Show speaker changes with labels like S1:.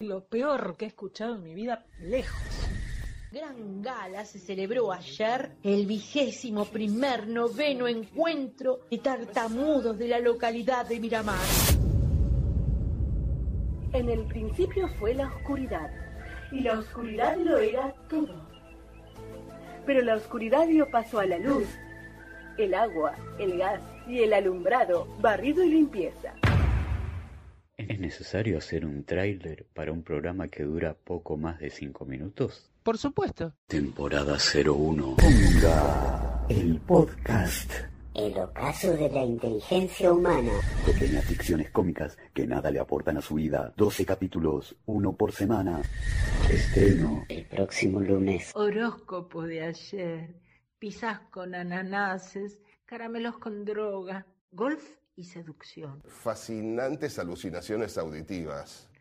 S1: Lo peor que he escuchado en mi vida, lejos.
S2: Gran gala se celebró ayer el vigésimo primer noveno encuentro de tartamudos de la localidad de Miramar.
S3: En el principio fue la oscuridad, y la oscuridad lo era todo. Pero la oscuridad dio paso a la luz, el agua, el gas y el alumbrado, barrido y limpieza.
S4: ¿Es necesario hacer un tráiler para un programa que dura poco más de 5 minutos?
S5: Por supuesto.
S4: Temporada 01. Ponga el podcast.
S6: El ocaso de la inteligencia humana.
S4: Pequeñas ficciones cómicas que nada le aportan a su vida. 12 capítulos, uno por semana. Estreno.
S6: El próximo lunes.
S7: Horóscopo de ayer. Pisas con ananases, caramelos con droga, golf y seducción.
S8: Fascinantes alucinaciones auditivas.